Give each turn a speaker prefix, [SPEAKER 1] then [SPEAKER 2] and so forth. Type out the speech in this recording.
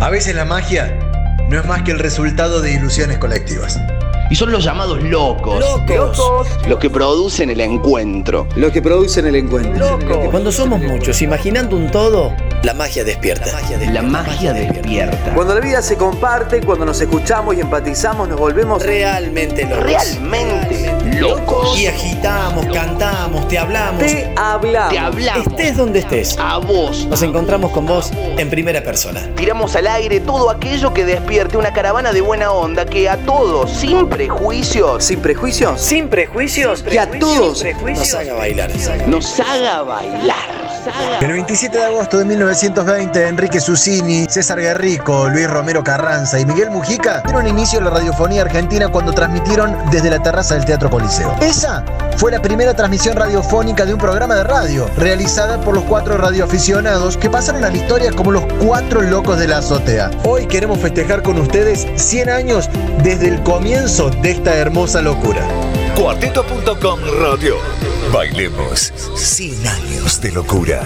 [SPEAKER 1] A veces la magia no es más que el resultado de ilusiones colectivas.
[SPEAKER 2] Y son los llamados locos.
[SPEAKER 3] Locos.
[SPEAKER 2] Los que producen el encuentro.
[SPEAKER 4] Los que producen el encuentro.
[SPEAKER 5] Cuando somos muchos imaginando un todo, la magia despierta.
[SPEAKER 2] La magia despierta.
[SPEAKER 4] Cuando la vida se comparte, cuando nos escuchamos y empatizamos, nos volvemos
[SPEAKER 5] Realmente locos.
[SPEAKER 2] Realmente locos.
[SPEAKER 5] Y agitamos, cantamos, te hablamos.
[SPEAKER 4] Te hablamos.
[SPEAKER 2] Te este, hablamos.
[SPEAKER 5] Estés donde estés.
[SPEAKER 2] A vos.
[SPEAKER 5] Nos encontramos con vos en primera persona.
[SPEAKER 2] Tiramos al aire todo aquello que despierte una caravana de buena onda que a todos, sin prejuicios,
[SPEAKER 4] Sin prejuicios.
[SPEAKER 5] Sin prejuicios.
[SPEAKER 4] Y a todos
[SPEAKER 5] Nos haga bailar.
[SPEAKER 2] nos haga bailar. Nos haga
[SPEAKER 1] El 27 de agosto de 1920, Enrique Susini, César Guerrico, Luis Romero Carranza y Miguel Mujica dieron inicio a la radiofonía argentina cuando transmitieron desde la terraza del Teatro Coliseo. Esa fue la primera transmisión radiofónica de un programa de radio, realizada por los cuatro radioaficionados que pasaron a la historia como los cuatro locos de la azotea. Hoy queremos festejar con ustedes 100 años desde el comienzo de esta hermosa locura.
[SPEAKER 6] Cuarteto.com Radio. Bailemos 100 años de locura.